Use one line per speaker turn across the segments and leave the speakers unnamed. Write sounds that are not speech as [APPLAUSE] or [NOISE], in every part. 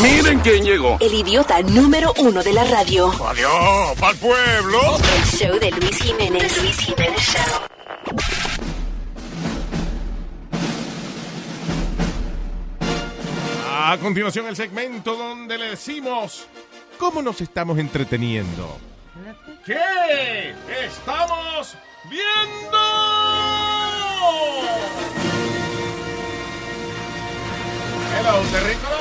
Miren quién llegó.
El idiota número uno de la radio.
Adiós, pa'l pueblo.
El show de Luis Jiménez. Luis Jiménez Show.
A continuación el segmento donde le decimos cómo nos estamos entreteniendo. ¿Qué estamos viendo? Hello, terrícola.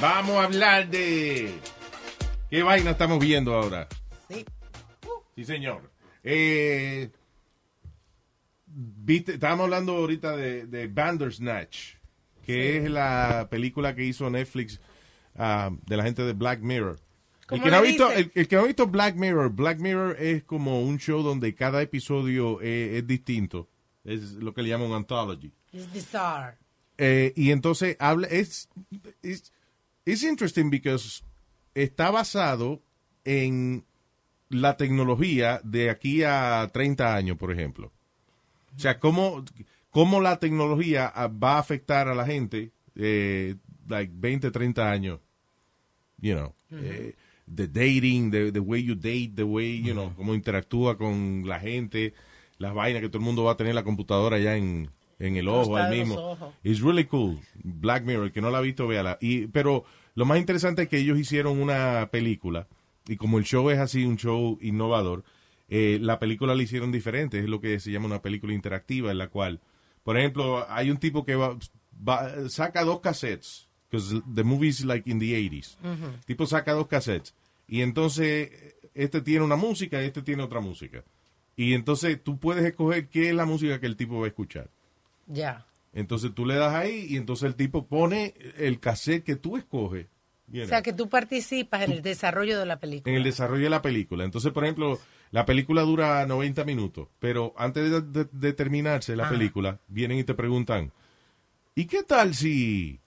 Vamos a hablar de qué vaina estamos viendo ahora.
Sí.
Sí, señor. Eh, viste, estábamos hablando ahorita de, de Bandersnatch, que es la película que hizo Netflix ah, de la gente de Black Mirror. El
¿Cómo
que, no ha
le
visto,
dice?
el, el que no ha visto Black Mirror, Black Mirror es como un show donde cada episodio es, es distinto. Es lo que le llaman un anthology.
It's bizarre.
Eh, y entonces habla, es, es it's interesting because está basado en la tecnología de aquí a 30 años, por ejemplo. O sea, cómo, cómo la tecnología ah, va a afectar a la gente, eh, like 20, 30 años, you know. eh, the dating, the, the way you date, the way, you know, cómo interactúa con la gente, las vainas que todo el mundo va a tener la computadora ya en, en el ojo,
está
al
de los
mismo.
ojos.
It's really cool. Black Mirror, el que no la ha visto, véala. Y, pero lo más interesante es que ellos hicieron una película, y como el show es así, un show innovador, eh, la película la hicieron diferente. Es lo que se llama una película interactiva, en la cual, por ejemplo, hay un tipo que va, va- saca dos cassettes, because the movie is like in the 80s. tipo saca dos cassettes, y entonces este tiene una música y este tiene otra música. Y entonces tú puedes escoger qué es la música que el tipo va a escuchar.
Ya.
Entonces tú le das ahí y entonces el tipo pone el cassette que tú escoges you
O
know,
sea, que tú participas en el desarrollo de la película.
en el desarrollo de la película. Entonces, por ejemplo, la película dura 90 minutos, pero antes de, de- de terminarse la película, vienen y te preguntan, ¿y qué tal si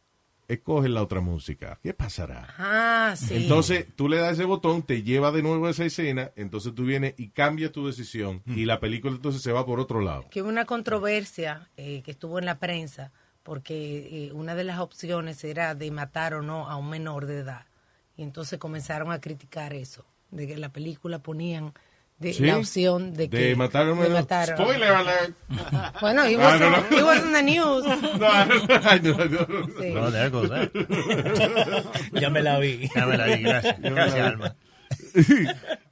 escoges la otra música? ¿Qué pasará?
Ah, sí.
Entonces tú le das ese botón, te lleva de nuevo a esa escena, entonces tú vienes y cambias tu decisión y la película entonces se va por otro lado.
que hubo una controversia eh, que estuvo en la prensa porque eh, una de las opciones era de matar o no a un menor de edad. Y entonces comenzaron a criticar eso, de que en la película ponían de,
Sí,
la opción de que...
de matar a un
de
menor.
matar a-
Spoiler alert. [LAUGHS]
Bueno, it
Ah,
was,
no, no.
it was in the news.
[LAUGHS] No, no, no, no.
Sí.
No, there goes that. [LAUGHS] ya me la vi. Ya me la vi, gracias. Gracias, Alma.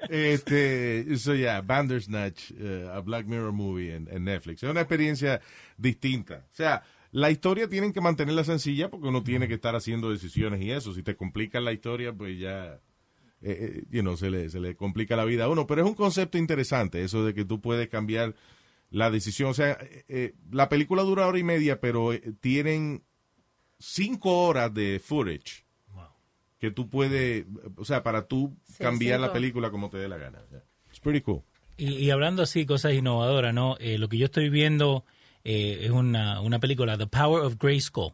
este, so yeah, Bandersnatch, uh, a Black Mirror movie en, en Netflix. Es una experiencia distinta. O sea, la historia tienen que mantenerla sencilla porque uno tiene que estar haciendo decisiones y eso. Si te complica la historia, pues ya, eh, eh, you know, se le, se le complica la vida a uno. Pero es un concepto interesante eso de que tú puedes cambiar la decisión. O sea, eh, eh, la película dura hora y media, pero eh, tienen cinco horas de footage que tú puedes, o sea, para tú
Sí,
cambiar la
cinco.
película como te dé la gana. It's pretty cool.
Y, y hablando así, cosas innovadoras, ¿no? Eh, lo que yo estoy viendo eh, es una, una película, The Power of Grayskull,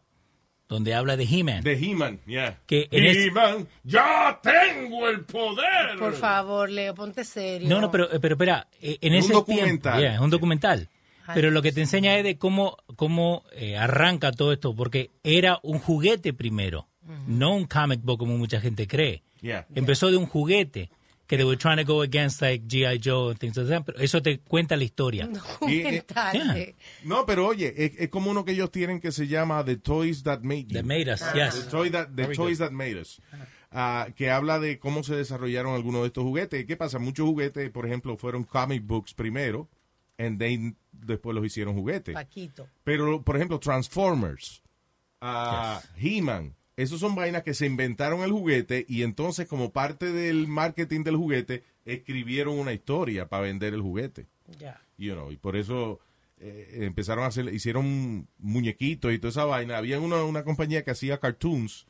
donde habla de He-Man.
De He-Man, yeah.
Que en es-
He-Man, ya tengo el poder.
Por favor, Leo, ponte serio.
No, no, pero, pero espera, eh, en
Un
ese
documental.
tiempo, yeah, es un documental.
Ay,
Pero lo que te enseña es de cómo, cómo eh, arranca todo esto, porque era un juguete primero, no un comic book como mucha gente cree.
Yeah.
Empezó de un juguete que they were trying to go against like GI Joe and things like that, pero eso te cuenta la historia.
eh,
Documental.
Yeah.
No, pero oye, es, es como uno que ellos tienen que se llama The Toys That Made You.
That made us,
The,
yes.
Toy That- The Toys That Made Us. Ah, que habla de cómo se desarrollaron algunos de estos juguetes. ¿Qué pasa? Muchos juguetes, por ejemplo, fueron comic books primero, and then después los hicieron juguetes.
Paquito.
Pero, por ejemplo, Transformers, ah, He-Man, esos son vainas que se inventaron el juguete y entonces como parte del marketing del juguete escribieron una historia para vender el juguete.
Ya.
You know, y por eso eh, empezaron a hacer, hicieron muñequitos y toda esa vaina. Había una, una compañía que hacía cartoons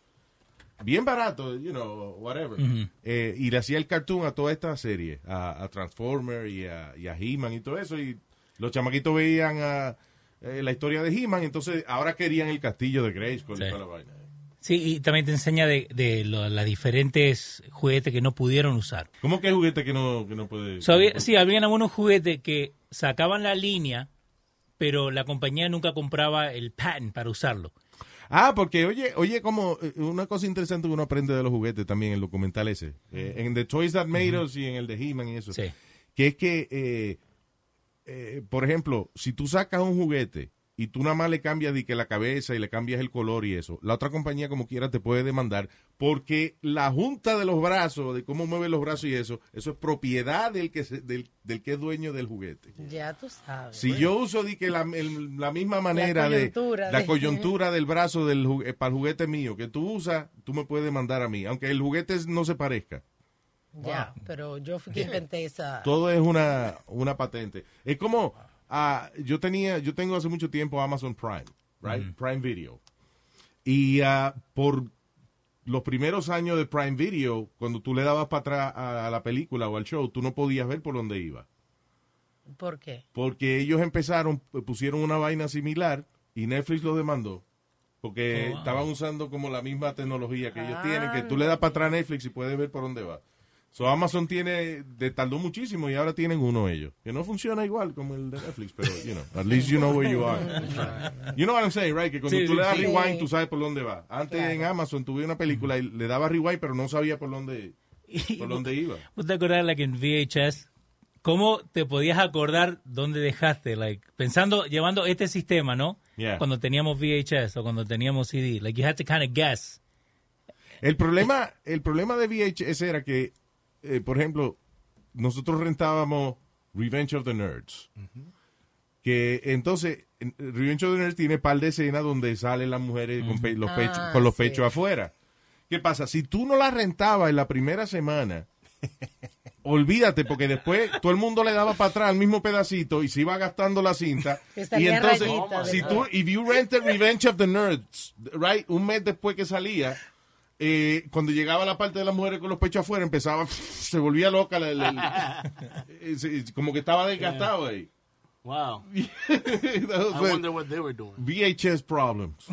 bien barato, you know, whatever. Eh, y le hacía el cartoon a toda esta serie, a, a Transformer y a, y a He-Man y todo eso. Y los chamaquitos veían a, eh, la historia de He-Man, entonces ahora querían el castillo de Grayskull y
Sí.
toda la vaina.
Sí, y también te enseña de, de lo- las diferentes juguetes que no pudieron usar.
¿Cómo que juguete que no, que no puede...?
So, había- sí, habían algunos juguetes que sacaban la línea, pero la compañía nunca compraba el patent para usarlo.
Ah, porque oye, oye, como eh, una cosa interesante que uno aprende de los juguetes también, el documental ese, eh, en The Toys That Made Us y en el de He-Man y eso,
Sí.
que es que, eh, eh, por ejemplo, si tú sacas un juguete y tú nada más le cambias de que la cabeza y le cambias el color y eso, la otra compañía como quiera te puede demandar porque la junta de los brazos, de cómo mueve los brazos y eso, eso es propiedad del que, se- del, del que es dueño del juguete.
Ya tú sabes.
Si yo uso di que la, el- la misma manera de,
coyuntura
la
de-
coyuntura del brazo del ju- eh, para el juguete mío que tú usas, tú me puedes mandar a mí, aunque el juguete no se parezca.
Ya, pero yo fui quien inventé esa.
Todo es una, una patente. Es como ah, yo tenía, yo tengo hace mucho tiempo Amazon Prime, right? Prime Video. Y ah, por los primeros años de Prime Video, cuando tú le dabas para atrás a, a la película o al show, tú no podías ver por dónde iba.
¿Por qué?
Porque ellos empezaron, pues, pusieron una vaina similar y Netflix lo demandó. Porque
Wow.
estaban usando como la misma tecnología que ellos tienen, que tú le das para atrás a Netflix y puedes ver por dónde va. So Amazon tiene, de- tardó muchísimo y ahora tienen uno ellos. Que no funciona igual como el de Netflix, pero, you know, at least you know where you are. You know what I'm saying, right? Que cuando
Sí,
tú
sí,
le das
sí.
rewind, tú sabes por dónde va. Antes en Amazon tuve una película y le daba rewind, pero no sabía por dónde, por
[LAUGHS]
dónde iba.
¿Vos te acordás, like, en VHS, cómo te podías acordar dónde dejaste? Like, pensando, llevando este sistema, ¿no?
Yeah.
Cuando teníamos VHS o cuando teníamos CD. Like, you had to kind of guess.
El problema, el problema de VHS era que, eh, por ejemplo, nosotros rentábamos Revenge of the Nerds. Que entonces, en- Revenge of the Nerds tiene par de escenas donde salen las mujeres con, pe- los
Ah,
pechos, con los
sí.
pechos afuera. ¿Qué pasa? Si tú no la rentabas en la primera semana, olvídate, porque después todo el mundo le daba para atrás el mismo pedacito y se iba gastando la cinta.
Que
Y
salía
entonces,
rayita
si
de-
tú, if you rented Revenge of the Nerds, right, un mes después que salía, eh, cuando llegaba la parte de las mujeres con los pechos afuera, empezaba, [LAUGHS] se volvía loca, la- la- eh, se- como que estaba desgastado ahí. [LAUGHS]
Wow. I wonder
Entonces,
what they were doing.
VHS problems.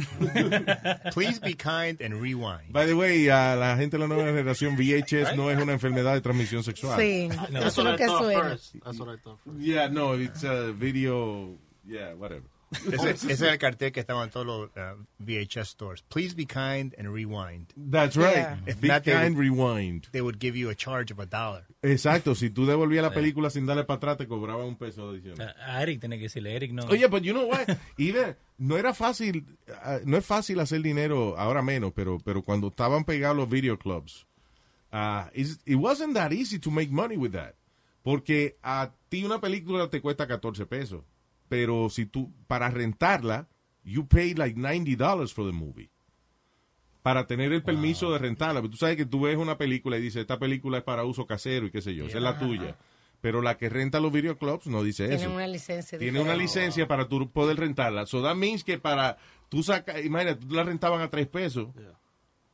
Please be kind and rewind.
By the way, a la gente de la nueva generación, VHS no es una enfermedad de transmisión sexual.
Sí,
That's
eso es
what
lo
I
que
thought
suena.
first. That's what I thought first.
Yeah, no, it's a video, yeah, whatever.
Ese, ese es el cartel que estaba en todos los uh, VHS stores. Please be kind and rewind.
That's right.
Yeah.
Be
Not the-
kind, rewind.
They would give you a charge of a dollar.
Exacto, si tú devolvías la película sin darle para atrás, te cobraba un peso adicional.
A a Eric tiene que decirle, Eric, no.
Oye, but you know what? Even, no era fácil, ah, no es fácil hacer dinero, ahora menos, pero, pero cuando estaban pegados los video clubs, ah, it's- it wasn't that easy to make money with that. Porque a ti una película te cuesta 14 pesos, pero si tú, para rentarla, you pay like 90 dollars for the movie. Para tener el permiso de rentarla. Pero Tú sabes que tú ves una película y dices, esta película es para uso casero y qué sé yo, esa es la tuya. Pero la que renta los video clubs no dice eso.
Tienen una licencia.
Tiene una
diferente.
licencia para tú poder rentarla. So that means que para tú sacar, imagínate, tú la rentaban a tres pesos.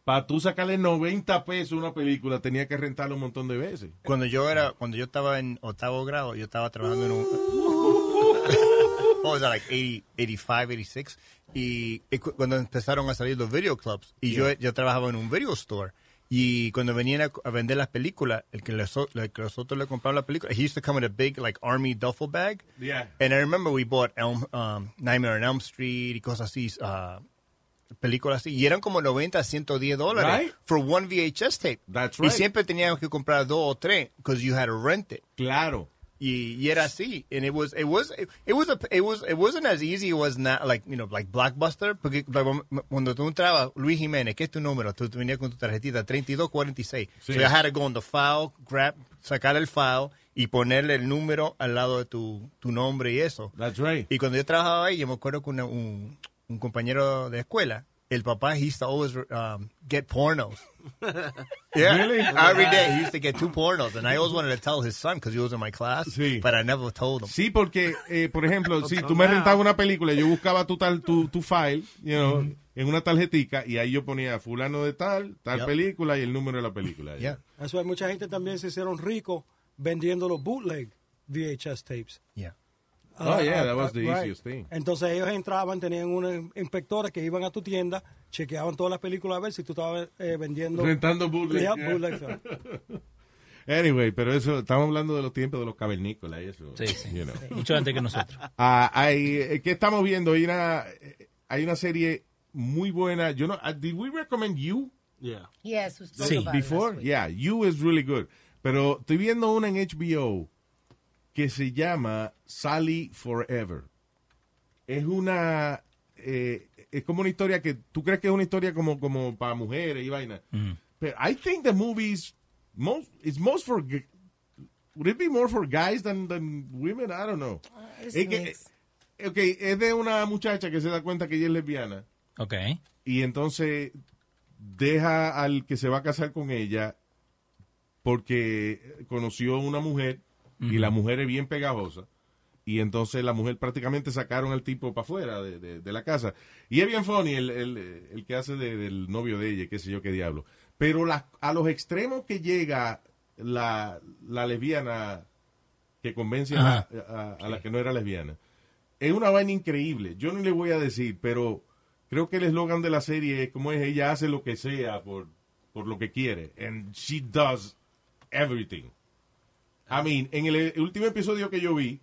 Para tú sacarle 90 pesos a una película, tenía que rentarla un montón de veces.
Cuando yo era, cuando yo estaba en octavo grado, yo estaba trabajando en un. What was that, like 80, 85, 86? Y y cu- cuando empezaron a salir los video clubs, y yo, yo trabajaba en un video store. Y cuando venían a, a vender las películas, el que, les, el que nosotros le compramos la película, he used to come in a big, like, army duffel bag.
Yeah.
And I remember we bought Elm, um, Nightmare on Elm Street y cosas así, uh, películas así. Y eran como 90, 110 dólares
Right.
for one VHS tape.
That's
Y
right.
siempre teníamos que comprar dos o tres because you had to rent it.
Claro.
Y, y era así. And it was, it was, it, was, a, it was, it wasn't as easy. It was not like, you know, like Blockbuster. Porque like, cuando tú entrabas, Luis Jiménez, ¿qué es tu número? Tú, tú venías con tu tarjetita 3246.
Sí.
So I had to go on the file, grab, sacar el file y ponerle el número al lado de tu, tu nombre y eso.
That's right.
Y cuando yo trabajaba ahí, yo me acuerdo que una- un, un compañero de escuela, el papá, he used to always um,
[LAUGHS]
get pornos. Yeah,
Really?
every day he used to get two pornos, and I always wanted to tell his son because he was in my class,
Sí.
but I never told him.
Sí, porque, eh, por ejemplo, si tú me rentabas una película, yo buscaba tu, tal, tu, tu file, you know, en una tarjetica, y ahí yo ponía fulano de tal, tal
Yep.
película y el número de la película.
Yeah,
Eso es, mucha gente también se hicieron ricos vendiendo los bootleg VHS tapes. Ah,
yeah.
Oh, yeah, that was the
right.
easiest thing.
Entonces ellos entraban, tenían unos inspectores que iban a tu tienda, chequeaban todas las películas a ver si tú estabas eh,
[LAUGHS]
vendiendo.
Rentando bootleg,
Yeah,
yeah.
bootleg,
[LAUGHS]
so.
Anyway, pero eso, estamos hablando de los tiempos de los cavernícolas y eso.
Sí, sí.
you know.
Mucho antes que nosotros.
Ah, hay, eh, ¿Qué estamos viendo? Hay una, eh, hay una serie muy buena. Yo no, uh, did we recommend you
Yeah.
Yes, we spoke
Sí.
about it last
before?
week.
Yeah, you is really good. Pero estoy viendo una en HBO que se llama Sally Forever. Es una eh, es como una historia que tú crees que es una historia como como para mujeres y vaina. Pero I think the movie is most it's most for g- would it be more for guys than than women? I don't know.
Uh, it's
es que-
mixed.
okay, es de una muchacha que se da cuenta que ella es lesbiana
Ok.
y entonces deja al que se va a casar con ella porque conoció una mujer y la mujer es bien pegajosa y entonces la mujer prácticamente sacaron al tipo para afuera de, de- de la casa y es bien funny el, el- el que hace de- del novio de ella qué sé yo qué diablo pero la- a los extremos que llega la, la lesbiana que convence a, la- a- a la que no era lesbiana es una vaina increíble. Yo no le voy a decir, pero creo que el eslogan de la serie es como es ella hace lo que sea por, por lo que quiere. And she does everything. I mean, en el e- último episodio que yo vi,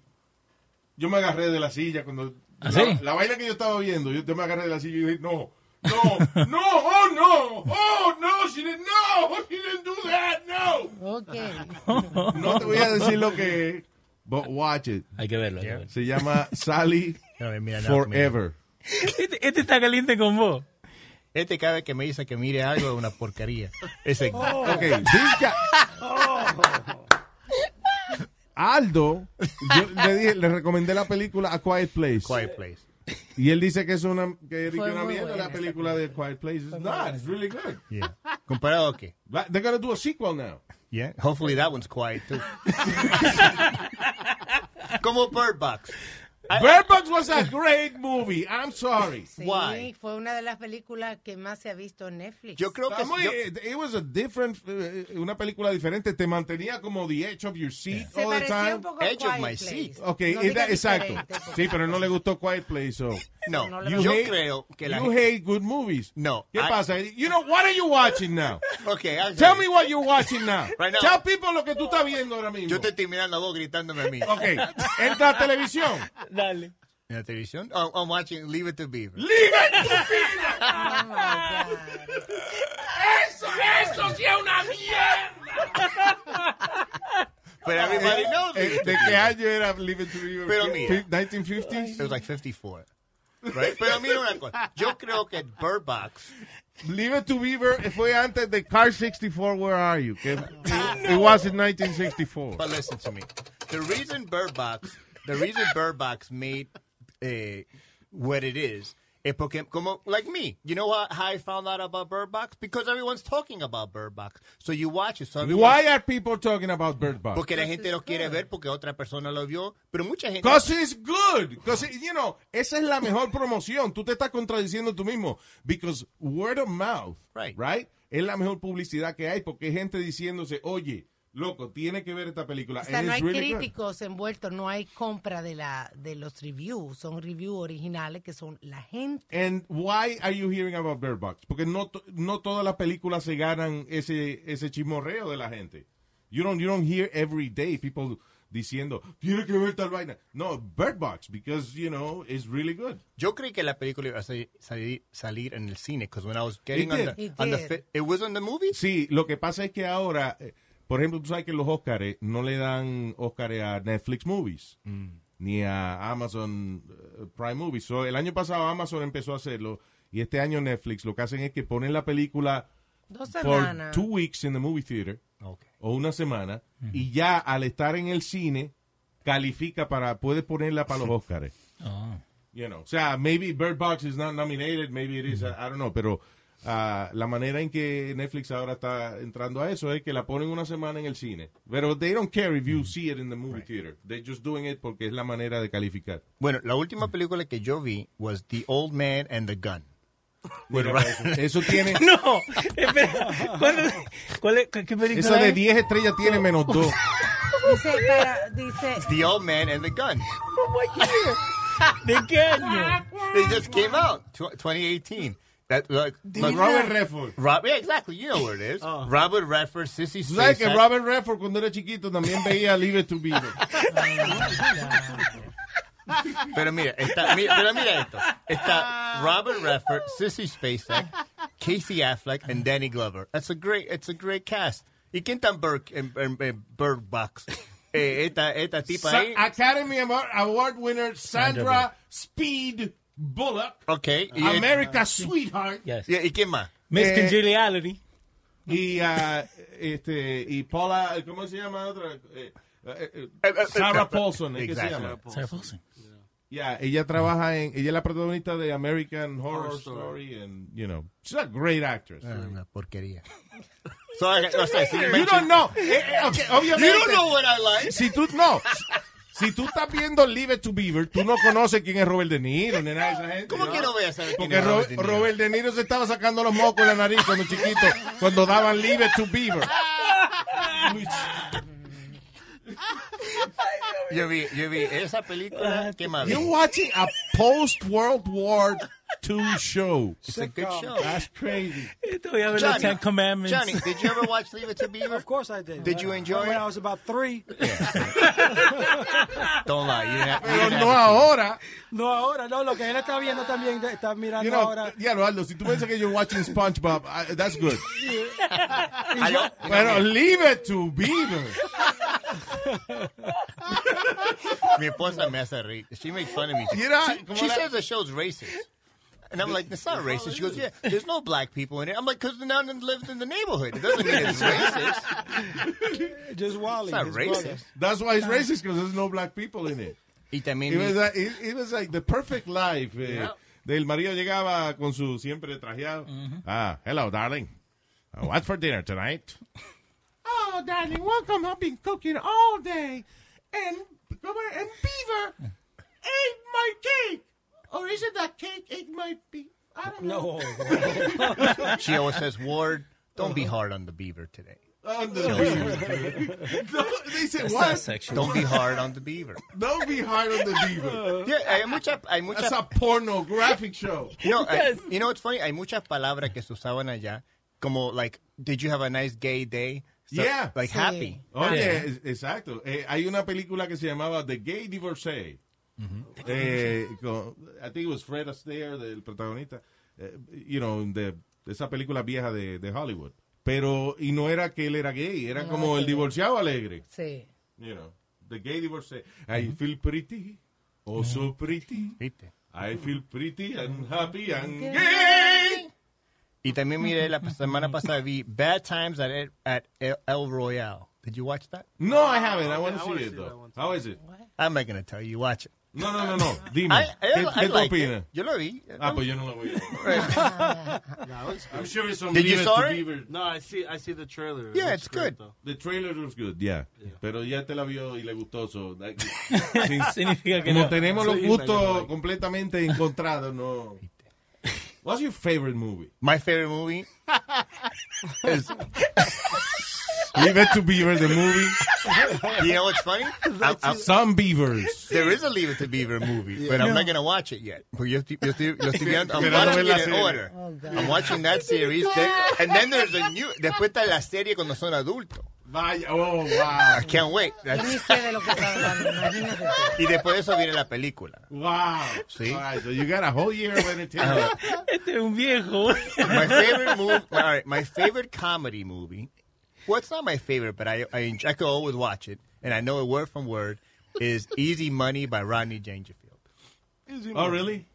yo me agarré de la silla cuando... la,
¿Ah, sí?
la vaina que yo estaba viendo, yo, yo me agarré de la silla y dije, no, no, no, oh no, oh no, she didn't, no, oh, she didn't do that, no. [LAUGHS]
Okay.
No te voy a decir lo que es, but watch it.
Hay que verlo. hay que verlo.
Se llama Sally
No, mira, no,
Forever.
Este, este está caliente con vos.
mira. Este cada vez que me dice que mire algo es una porquería.
[LAUGHS]
Ese,
Okay, this guy- Aldo, yo le, dije- le recomendé la película A Quiet Place.
[LAUGHS] Quiet Place.
Y él dice que es una, que es
Fue
una
muy
mierda la
buena
película de Quiet Place. It's not, it's really good.
Yeah. Comparado a qué?
But They're gonna do a sequel now.
Yeah. Hopefully that one's quiet
[LAUGHS]
too. Como Bird Box.
Bird Box was a great movie. I'm sorry.
Sí,
Why?
fue una de las películas que más se ha visto en Netflix.
Yo creo que
Está muy-
yo-
it was a different, eh, una película diferente. Te mantenía como the edge of your seat
se
all the
parecía
time.
un poco a
Edge of
Quiet
my
Place.
seat.
Ok,
No
era-
digas
exacto.
diferente, porque-
Sí, pero no le gustó Quiet Place, so.
no,
No
yo creo que la
you
gente-
hate good movies.
No,
¿Qué
I-
pasa? You know, what are you watching
[LAUGHS]
now?
Okay, I'll
Tell
tell
me what you're watching now.
Right now.
Tell people lo que tú estás viendo ahora mismo.
Yo te estoy mirando a vos gritándome a mí.
Ok, entra a
[LAUGHS]
televisión.
Dale.
¿En la televisión? Oh, I'm watching Leave It to Beaver. [LAUGHS]
Oh, my God.
But everybody knows
Eh,
Leave It to
¿De
Beaver.
qué año era Living to Beaver?
Pero mira.
1950s?
It was like 54. Right? Pero mira una cosa. Yo creo que Bird Box
Leave it to Beaver fue antes de Car 64, Where Are You? Que
Ah,
It was in 1964.
But listen to me. The reason Bird Box, the reason Bird Box made uh, what it is, is porque, como, like me, you know how, how I found out about Bird Box? Because everyone's talking about Bird Box. So you watch it. So everyone-
Why are people talking about Bird Box?
Porque la gente lo quiere ver porque otra persona lo vio, pero mucha gente...
Because it's good. Because, you know, esa es la mejor promoción. Tú te estás contradiciendo tú mismo. Because word of mouth,
Right.
Es la mejor publicidad que hay porque hay gente diciéndose, oye, loco, tiene que ver esta película.
O sea,
And
no
it's
hay
really good.
críticos envueltos, no hay compra de la de los reviews, son reviews originales que son la gente.
And why are you hearing about Bird Box? Porque no, to- no todas las películas se ganan ese, ese chismorreo de la gente. You don't, you don't hear every day people diciendo, tiene que ver tal vaina. No, Bird Box, because, you know, it's really good.
Yo creí que la película iba a salir, salir, salir en el cine, because when I was getting
It
on
did.
the,
It
on the
did.
fi- It was on the movie?
Sí, lo que pasa es que ahora, eh, por ejemplo, tú sabes que los Óscares no le dan Óscares a Netflix Movies, ni a Amazon eh, Prime Movies. So, el año pasado Amazon empezó a hacerlo y este año Netflix lo que hacen es que ponen la película
Dos
por
semanas.
two weeks in the movie theater
Okay.
o una semana y ya al estar en el cine califica para, puede ponerla para los Óscares.
Oh.
You know, o sea, maybe Bird Box is not nominated, maybe it is, I don't know, pero ah, la manera en que Netflix ahora está entrando a eso es que la ponen una semana en el cine. Pero they don't care if you see it in the movie theater. They're just doing it porque es la manera de calificar.
Bueno, la última película que yo vi was The Old Man and the Gun.
Mira,
[LAUGHS]
eso tiene,
No, espera. ¿Cuál, cuál es, ¿Qué película
eso de
es?
10 estrellas tiene menos 2.
Dice, para- dice,
The Old Man and the Gun.
¿De qué año?
They just came out, tw- 2018. That like, like
Robert Redford.
Rob, yeah, exactly. You know where it is. Robert Redford, Sissy
Oh. Tú sabes que
Spacek.
Robert Redford cuando era chiquito también veía Live to Beaver.
Pero mira, está, mira, pero mira esto. Está Robert Redford, Sissy Spacek, Casey Affleck, and Danny Glover. That's a great, it's a great cast. ¿Y quién está en Bird, en- en- en Bird Box? Eh, esta, esta tipa
Sa-
ahí.
Academy Award- Award winner Sandra Speed Bullock,
Ok. Y, Ah,
America's Sweetheart,
Yes.
y- ¿y quién más?
Miss
Eh,
Congeniality.
y, ah, este, y Paula, ¿cómo se llama otra? Eh, eh, eh,
Eh, eh,
Sarah
eh,
Paulson, ¿eh? ¿qué se
Exacto.
llama?
Sarah Paulson.
Yeah, ella trabaja en, ella es la protagonista de American Horror, Story. and you know, she's a great actress.
Una porquería. So, I- o sea, si
You don't know, eh, eh, ok, obviamente.
You don't know what I like.
Si tú no, si tú estás viendo Leave It to Beaver, tú no conoces quién es Robert De Niro ni nada de esa gente.
¿Cómo que no voy a saber quién
Porque
es
Ro-
Robert De
Robert,
Niro?
De Niro se estaba sacando los mocos de la nariz cuando chiquito, cuando daban Leave It to Beaver.
Yo vi, yo vi esa
Ah,
película. ¿Qué más? vi?
You're watching a post World War II show.
It's a good show.
That's crazy.
Esto voy a ver los
Johnny,
Ten Commandments.
Johnny, did you ever watch Leave It to
[LAUGHS]
Beaver?
Of course I did.
Did you enjoy
When
it?
I was about three.
Don't lie. You didn't have, you
Pero
didn't
no
have
ahora.
No, ahora, no, lo que él está viendo también, está mirando
You know,
ahora.
ya Aldo, si tú piensas que you're watching SpongeBob, I- that's good.
to- I don't-
Pero Leave It to Beaver.
Mi esposa me hace reír. She makes fun of me. She,
You know,
she-
come
she
on,
says the show's racist. And I'm like, it's not racist. She goes, yeah, there's no black people in it. I'm like, because none of them lived in the neighborhood. It doesn't
[LAUGHS]
mean it's racist.
Just
It's
Wally.
not
his brother.
racist.
That's why it's racist because there's no black people in it.
Y también
It was like, it, it was like the perfect life. eh, Del marido llegaba con su siempre trajeado. Ah, hello, darling. Uh, What for dinner tonight? [LAUGHS] Oh, darling, welcome. I've been cooking all day. And and Beaver ate my cake. Or is it that cake ate my beaver? I don't
No.
she always says, Ward, don't be
Uh-huh.
hard on the beaver today.
[LAUGHS] they said,
Not
what?
sexual.
Don't be hard on
[LAUGHS]
the beaver.
Don't be hard on the beaver.
Yeah, hay mucha, hay mucha
That's a pornographic show.
[LAUGHS] You know, I- you know what's funny? Hay muchas palabras que se usaban allá, como like, did you have a nice gay day?
Yeah.
Like
Sí.
happy.
Oye, es- exacto. Eh, hay una película que se llamaba The Gay Divorcee. Eh, con- I think it was Fred Astaire, del protagonista. eh, you know, de, de esa película vieja de, de Hollywood. Pero, y no era que él era gay, era como el divorciado alegre.
Sí.
You know, The Gay Divorcee. I feel pretty, oh so pretty.
¿Viste?
I feel pretty and happy and gay.
Y también miré la
[LAUGHS]
semana pasada vi Bad Times at El, at El, El Royale. Did you watch that?
No, I haven't. I want to
I
see
wanna
it,
see that
though.
one too.
How is it?
I'm not gonna tell you. Watch it.
No, no, no, no. Dime.
I, I,
¿Qué,
I
qué tú
liked it.
opinas?
Yo lo vi.
Ah, pues yo no la voy a ver.
No, it's good.
I'm sure it's on
Did you
Leave
saw
to
it?
Beaver.
No, I see. I see the trailer. It
Yeah,
looks
it's
great,
good.
though.
The trailer looks good, yeah. Pero ya te la vio y le gustó. So, [LAUGHS] like,
Significa que
como
no.
tenemos
So
los
you might not
gustos
like
completamente encontrados, no. What's your favorite movie?
My favorite movie is.
Leave it to Beaver, the [LAUGHS] movie.
You know
[LAUGHS]
what's funny? I'm- I'm-
Uh, Some Beavers.
There is a Leave It to Beaver movie, but I'm not gonna watch it yet. Pues yo estoy- yo estoy- lo estoy viendo-
[LAUGHS]
I'm
Pero no
watching
ve la
it in
serie.
order.
Oh, God.
I'm watching that series, then, and then there's a new. Después está la serie cuando son adultos.
Vaya, oh,
I
wow.
can't wait.
Yo ni
That's-
sé de lo que está hablando, imagínate. tú.
y después de eso viene la película.
Wow.
See?
All right, so you got a whole year of [LAUGHS] entertainment.
Este es un viejo.
My favorite movie. All right, my favorite comedy movie. Well, it's not my favorite, but I I, en- I could always watch it, and I know it word from word. Is Easy Money by Rodney Dangerfield.
Oh, really?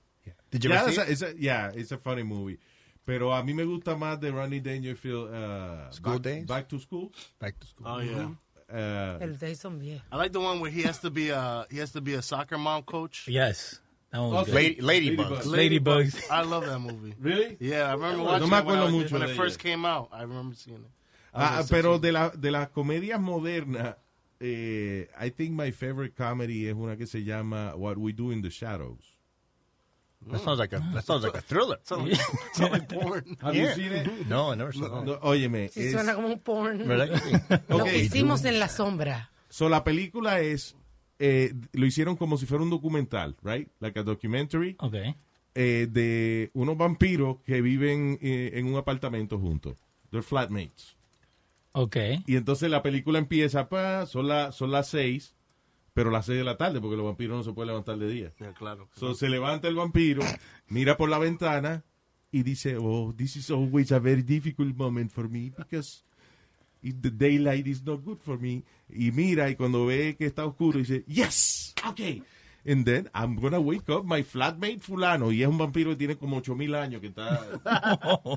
Did you
Yeah,
ever
it's
see
a,
it?
it's a- yeah, it's a funny movie. Pero a mí me gusta más de Ronnie Dangerfield. Uh,
School
back,
Days?
Back to School.
Back to school.
Oh yeah.
Uh,
Pero ustedes son viejos.
I like the one where he has to be a he has to be a soccer mom coach.
Yes. That one was
Okay.
good.
Lady, Ladybugs.
Ladybugs.
Ladybugs.
I love that movie.
really?
Yeah, I remember
No
watching
me
it when, I,
acuerdo
was-
mucho
when
de
it first
ella.
came out. I remember seeing it.
Ah,
Algo
pero
así.
de, la, de las comedias modernas, eh, I think my favorite comedy es una que se llama What We Do in the Shadows.
That sounds like a that sounds like a thriller.
Sounds like, sounds like
[LAUGHS]
porn.
Have you
Yeah.
seen it?
No, I never saw that.
No, óyeme,
Sí,
es-
suena como un porn.
Oh. ¿Verdad
[LAUGHS]
que sí?
Lo
Ok.
que hicimos en la sombra.
so la película es, eh, lo hicieron como si fuera un documental, right? Like a documentary
Okay.
eh, de unos vampiros que viven eh, en un apartamento juntos. They're flatmates.
Okay.
Y entonces la película empieza, pa, son, la- son las seis, pero a las 6 de la tarde, porque los vampiros no se pueden levantar de día.
Yeah, claro.
So, se levanta el vampiro, mira por la ventana y dice, oh, this is always a very difficult moment for me because if the daylight is not good for me. Y mira y cuando ve que está oscuro dice, yes, okay. And then I'm gonna wake up my flatmate fulano. Y es un vampiro que tiene como 8000 años, que está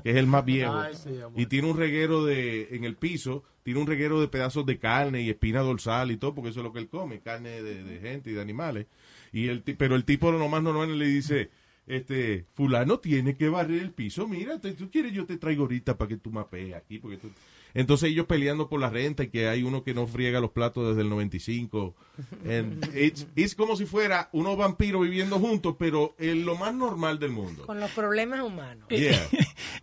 que es el más viejo.
Ay, sí, amor.
y tiene un reguero de, en el piso, tiene un reguero de pedazos de carne y espina dorsal y todo, porque eso es lo que él come, carne de, de gente y de animales. Y el, ti- pero el tipo nomás normal le dice, este, fulano tiene que barrer el piso, mira, te- tú quieres, yo te traigo ahorita para que tú mapees aquí. porque tú-". Entonces ellos peleando por la renta y que hay uno que no friega los platos desde el 95. And it's- Es como si fuera unos vampiros viviendo juntos, pero en lo más normal del mundo.
Con los problemas humanos.
Yeah.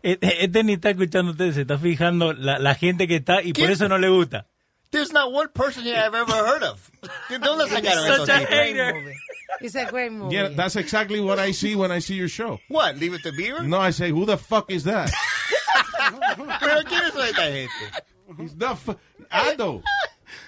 Este este ni está escuchando a ustedes, se está fijando la, la gente que está y por eso no le gusta.
There's not one person here I've ever heard of. ¿De dónde sacaron
Such
esos
a
tipos?
Great
hater.
movie. It's a great movie.
Yeah, that's exactly what I see when I see your show.
What, leave it to Beaver? [LAUGHS]
No, I say, who the fuck is that?
¿Pero quiénes son esta gente?
He's not fu- Ado.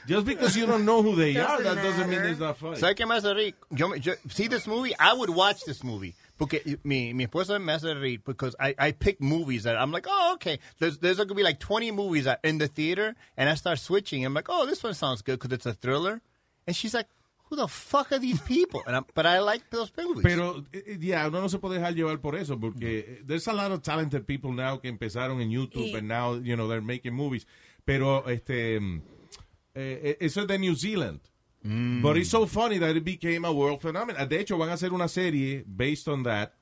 Just because you don't know who they are, that
Doesn't
doesn't mean
matter.
it's not funny.
¿Sabes qué me hace reír? Yo, me- yo, see this movie? I would watch this movie. Porque mi, mi esposa me hace reír because I, I pick movies that I'm like, oh, okay. There's, there's going to be like 20 movies that- in the theater, and I start switching. I'm like, oh, this one sounds good because it's a thriller. And she's like, who the fuck are these people? And I'm, but I like those movies.
Pero, eh, yeah, uno no se puede dejar llevar por eso, porque eh, there's a lot of talented people now que empezaron en YouTube
Y-
and now, you know, they're making movies. Pero, este, mm, eh, eh, eso es de New Zealand.
Mm.
But it's so funny that it became a world phenomenon. De hecho, van a hacer una serie based on that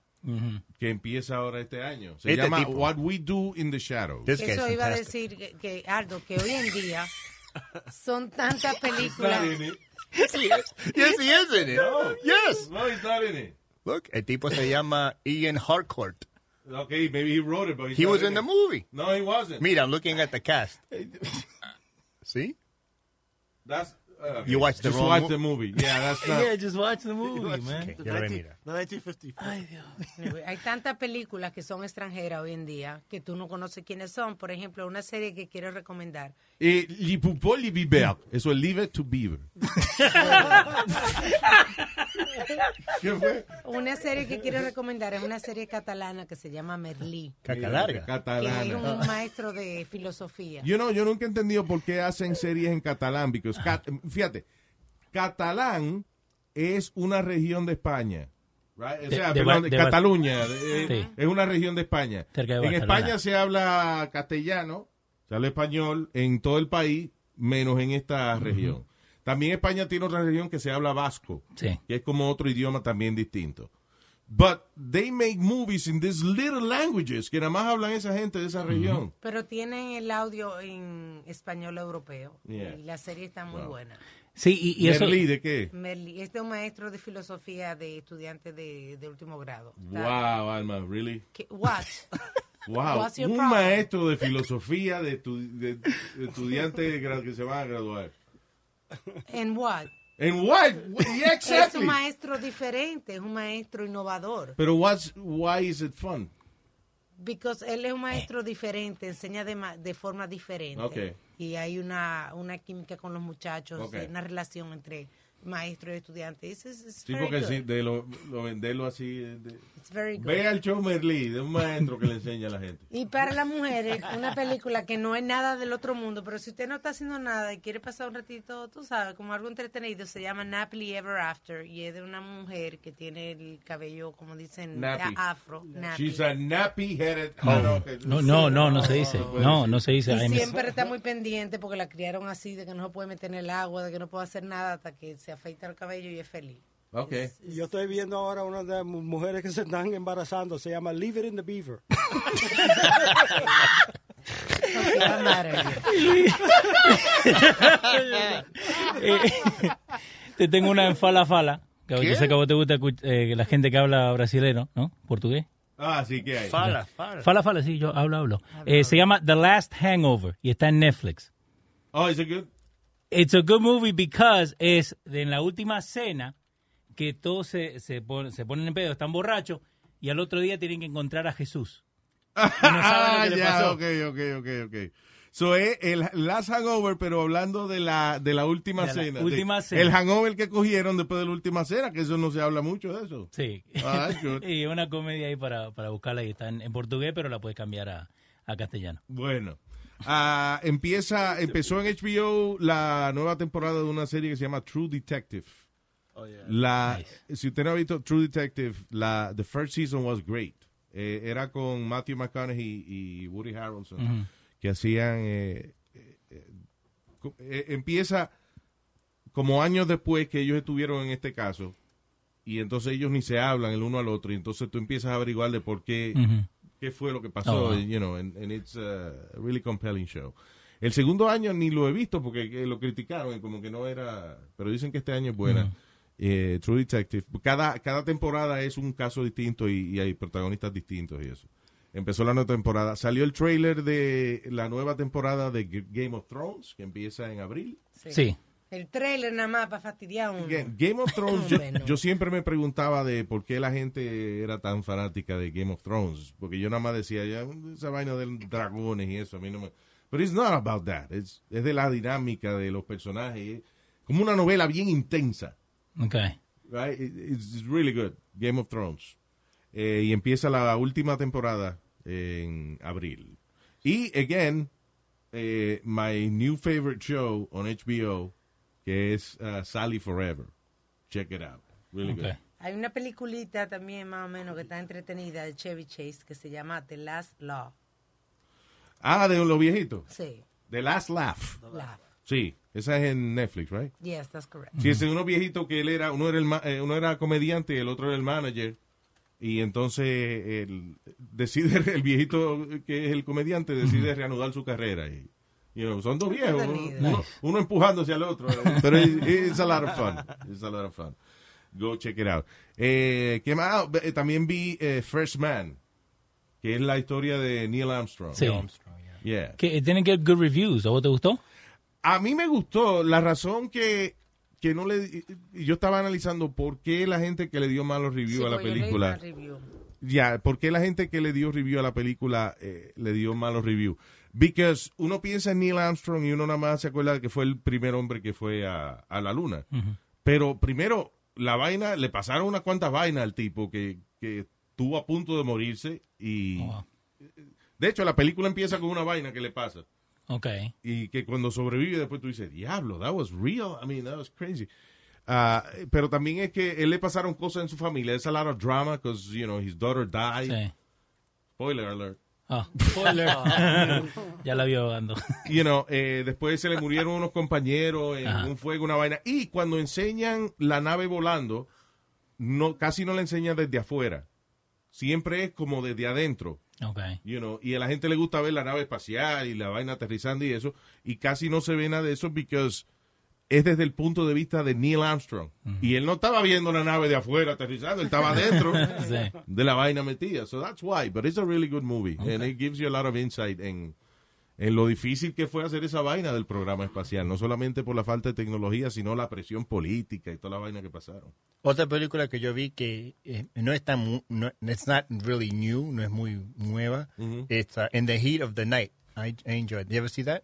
que empieza ahora este año. Se
Este
llama
tipo.
What We Do in the Shadows.
This
Eso
guy's
iba a
fantastic.
decir, que, que, Ardo, que hoy en día son tantas películas.
not in it.
Sí, es- yes, he is in it.
No.
Yes.
No, he's not in it.
Look, el tipo se llama Ian Harcourt.
Okay, maybe he wrote it, but he's
He
not
was in the
it.
movie.
No, he wasn't.
Mira, I'm looking at the cast. See?
That's uh,
You watched the
just
wrong
watch
mo-
the movie. Yeah,
[LAUGHS]
that's not.
just watch the movie, man.
Ya lo ve, mira.
The 1954.
Anyway, Hay tantas películas que son extranjeras hoy en día que tú no conoces quiénes son. Por ejemplo, una serie que quiero recomendar.
Eh, li poupó li biber. Eso es leave it to
[LAUGHS]
beaver. ¿Qué fue?
Una serie que quiero recomendar es una serie catalana que se llama Merlí,
Caca larga.
que es
Catalana.
un maestro de filosofía.
Yo no, yo nunca he entendido por qué hacen series en catalán, because
Ah.
cat- fíjate, catalán es una región de España. right? O
De-
sea,
de
perdón,
Bar-
de
de Bar-
Cataluña, de-
Sí.
es una región de España.
Cerca de
en
Barcelona.
España se habla castellano, se habla español en todo el país, menos en esta región. También España tiene otra región que se habla vasco,
Sí.
que es como otro idioma también distinto. But they make movies in these little languages que nada más hablan esa gente de esa región.
Pero tienen el audio en español europeo
Yeah.
y la serie está muy
Wow.
buena.
Sí, y, y eso.
Merlí, ¿de qué?
Merlí es de un maestro de filosofía de estudiantes de, de último grado. Está-
Wow, Alma, really?
que-
[LAUGHS]
What?
Wow.
What's your
Un
problem?
maestro de filosofía de, tu- de- de estudiantes de gra- que se van a graduar.
And what?
And what? Yeah,
Es un
exactly.
maestro diferente, es un maestro innovador.
Pero what's, why is it fun?
Because él es un maestro diferente, enseña de, ma- de forma diferente.
Ok.
Y hay una, una química con los muchachos,
Ok.
eh, una relación entre maestro y estudiante. It's, it's- it's
Sí,
very
porque
good.
sí, de lo, lo venderlo así. de-
It's very good.
Ve al show Merlí, de un maestro que le enseña a la gente.
Y para las mujeres, una película que no es nada del otro mundo, pero si usted no está haciendo nada y quiere pasar un ratito, tú sabes, como algo entretenido, se llama Napoli Ever After y es de una mujer que tiene el cabello, como dicen,
Nappy.
afro. nappy.
She's a nappy-headed...
Oh,
Ah, no, que-
no, no, no, no se dice.
puede
No,
decir.
no se dice.
Y
Ay, me-
siempre está muy pendiente porque la criaron así, de que no se puede meter en el agua, de que no puede hacer nada hasta que se afeita el cabello y es feliz.
[LAUGHS] Ok.
Yo estoy viendo ahora una de las mu- mujeres que se están embarazando. Se llama Leave It in the Beaver.
Porque va maravilla.
[LAUGHS] Eh, te tengo una en fala fala. Que
¿Qué?
yo sé que a vos te gusta escu- eh, la gente que habla brasilero, ¿no? Portugués.
Ah, sí que hay.
Fala, fala.
Fala fala, sí, yo hablo, hablo. Eh, se llama The Last Hangover y está en Netflix.
Oh, is it good?
It's a good movie because es de en la última cena que todos se, se, pon- se ponen en pedo, están borrachos y al otro día tienen que encontrar a Jesús. Y [LAUGHS] no saben lo que le
Ah, ya,
pasó.
ok, ok, ok, ok. So es el Last Hangover, pero hablando de la, de la última
De la
cena.
última
De-
cena.
El hangover que cogieron después de la última cena, que eso no se habla mucho de eso.
Sí.
Ah,
[LAUGHS]
that's good.
y una comedia ahí para, para buscarla y está en, en portugués, pero la puedes cambiar a, a castellano.
Bueno. Ah, empieza, empezó en HBO la nueva temporada de una serie que se llama True Detective. La, Si usted no ha visto True Detective, la the first season was great. Eh, era con Matthew McConaughey y Woody Harrelson que hacían. eh, eh, eh, co- eh, empieza como años después que ellos estuvieron en este caso y entonces ellos ni se hablan el uno al otro y entonces tú empiezas a averiguar de por qué qué fue lo que pasó,
Oh, wow.
you know, and, and it's a really compelling show. El segundo año ni lo he visto porque eh, lo criticaron y como que no era, pero dicen que este año es buena.
Mm.
Eh, True Detective. Cada, cada temporada es un caso distinto y, y hay protagonistas distintos y eso. Empezó la nueva temporada. Salió el trailer de la nueva temporada de G- Game of Thrones, que empieza en abril.
Sí.
El trailer nada más para fastidiar a uno.
Ga- Game of
[LAUGHS]
Thrones, yo,
Hombre, no.
yo siempre me preguntaba de por qué la gente era tan fanática de Game of Thrones, porque yo nada más decía, ya, esa vaina de dragones y eso, a mí no me... Pero it's not about that, It's- es de la dinámica de los personajes, es como una novela bien intensa,
Ok.
right? It- It's it's really good, Game of Thrones. Eh, y empieza la última temporada en abril. Y, again, eh, my new favorite show on HBO, que es uh, Sally Forever. Check it out. Really
Ok.
good.
Hay una peliculita también más o menos que está entretenida de Chevy Chase que se llama The Last Law.
Ah, de los viejitos.
Sí,
The Last Laugh.
Law.
Sí, esa es en Netflix, right?
Yes, that's correct.
Sí, es de unos viejitos que él era, uno era, el ma- eh, uno era comediante y el otro era el manager. Y entonces el, decide, [LAUGHS] el viejito que es el comediante decide reanudar su carrera. Y, you know, son dos viejos, uno,
Nice.
uno- uno empujándose al otro. [LAUGHS] Pero it- it's a lot of fun. It's a lot of fun. Go check it out. Eh, ¿Qué más? Eh, También vi eh, First Man, que es la historia de Neil Armstrong.
Sí.
Yeah.
Que eh, tienen que good reviews. ¿A vos te gustó?
A mí me gustó la razón que, que no le... y Yo estaba analizando por qué la gente que le dio malos reviews
Sí,
a la
porque yo leí
película...
una review.
Ya, ¿por qué la gente que le dio review a la película eh, le dio malos reviews? Because uno piensa en Neil Armstrong y uno nada más se acuerda de que fue el primer hombre que fue a, a la luna. Pero primero, la vaina, le pasaron unas cuantas vainas al tipo que, que estuvo a punto de morirse y...
Wow.
De hecho, la película empieza con una vaina que le pasa
Ok.
y que cuando sobrevive después tú dices, diablo, that was real, I mean, that was crazy. Ah, pero también es que él le pasaron cosas en su familia, es a lot of drama, because, you know, his daughter died,
Sí.
spoiler alert.
Ah. [LAUGHS] ya la vio ando.
You know, eh, después se le murieron unos compañeros en
Ajá.
un fuego, una vaina. Y cuando enseñan la nave volando, no, casi no la enseñan desde afuera. Siempre es como desde adentro.
Ok.
you know, y a la gente le gusta ver la nave espacial y la vaina aterrizando y eso, y casi no se ve nada de eso because es desde el punto de vista de Neil Armstrong. Y él no estaba viendo la nave de afuera aterrizando, él estaba adentro
Sí.
de la vaina metida. So that's why, but it's a really good movie and it gives you a lot of insight en en lo difícil que fue hacer esa vaina del programa espacial, no solamente por la falta de tecnología, sino la presión política y toda la vaina que pasaron.
Otra película que yo vi que eh, no es tan, mu- no, it's not really new, no es muy nueva. It's uh, In the Heat of the Night. I, I enjoyed. You ever see that?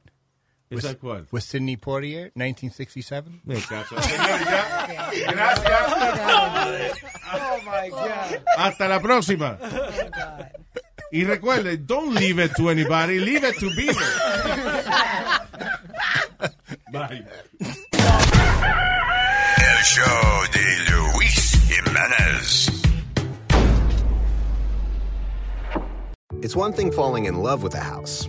With-
¿Esa cuál?
With Sidney Poitier, 1967.
Me [LAUGHS] caso. Señores, ya. Gracias.
Oh my God. Oh,
Hasta la próxima. Y recuerde, don't leave it to anybody, leave it to
[LAUGHS]
Beaver. Bye.
El show de Luis Jiménez.
It's one thing falling in love with a house,